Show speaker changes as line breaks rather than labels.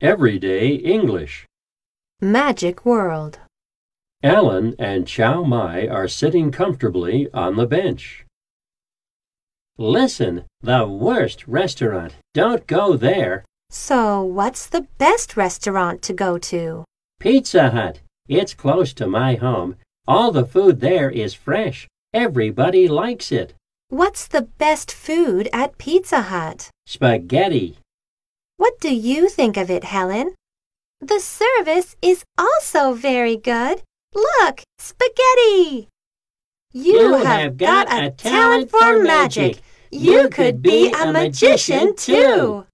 Everyday English.
Magic World.
Alan and Chow Mai are sitting comfortably on the bench. Listen, the worst restaurant. Don't go there.
So, what's the best restaurant to go to?
Pizza Hut. It's close to my home. All the food there is fresh. Everybody likes it.
What's the best food at Pizza Hut?
Spaghetti.
What do you think of it, Helen? The service is also very good. Look, spaghetti! You, have, got, a talent for magic. You could be a magician, too.